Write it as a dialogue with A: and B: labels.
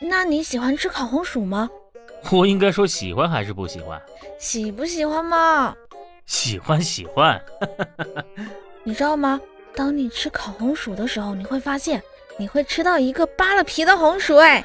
A: 那你喜欢吃烤红薯吗？
B: 我应该说喜欢还是不喜欢？
A: 喜不喜欢嘛？
B: 喜欢喜欢。
A: 你知道吗？当你吃烤红薯的时候，你会发现你会吃到一个扒了皮的红薯，哎。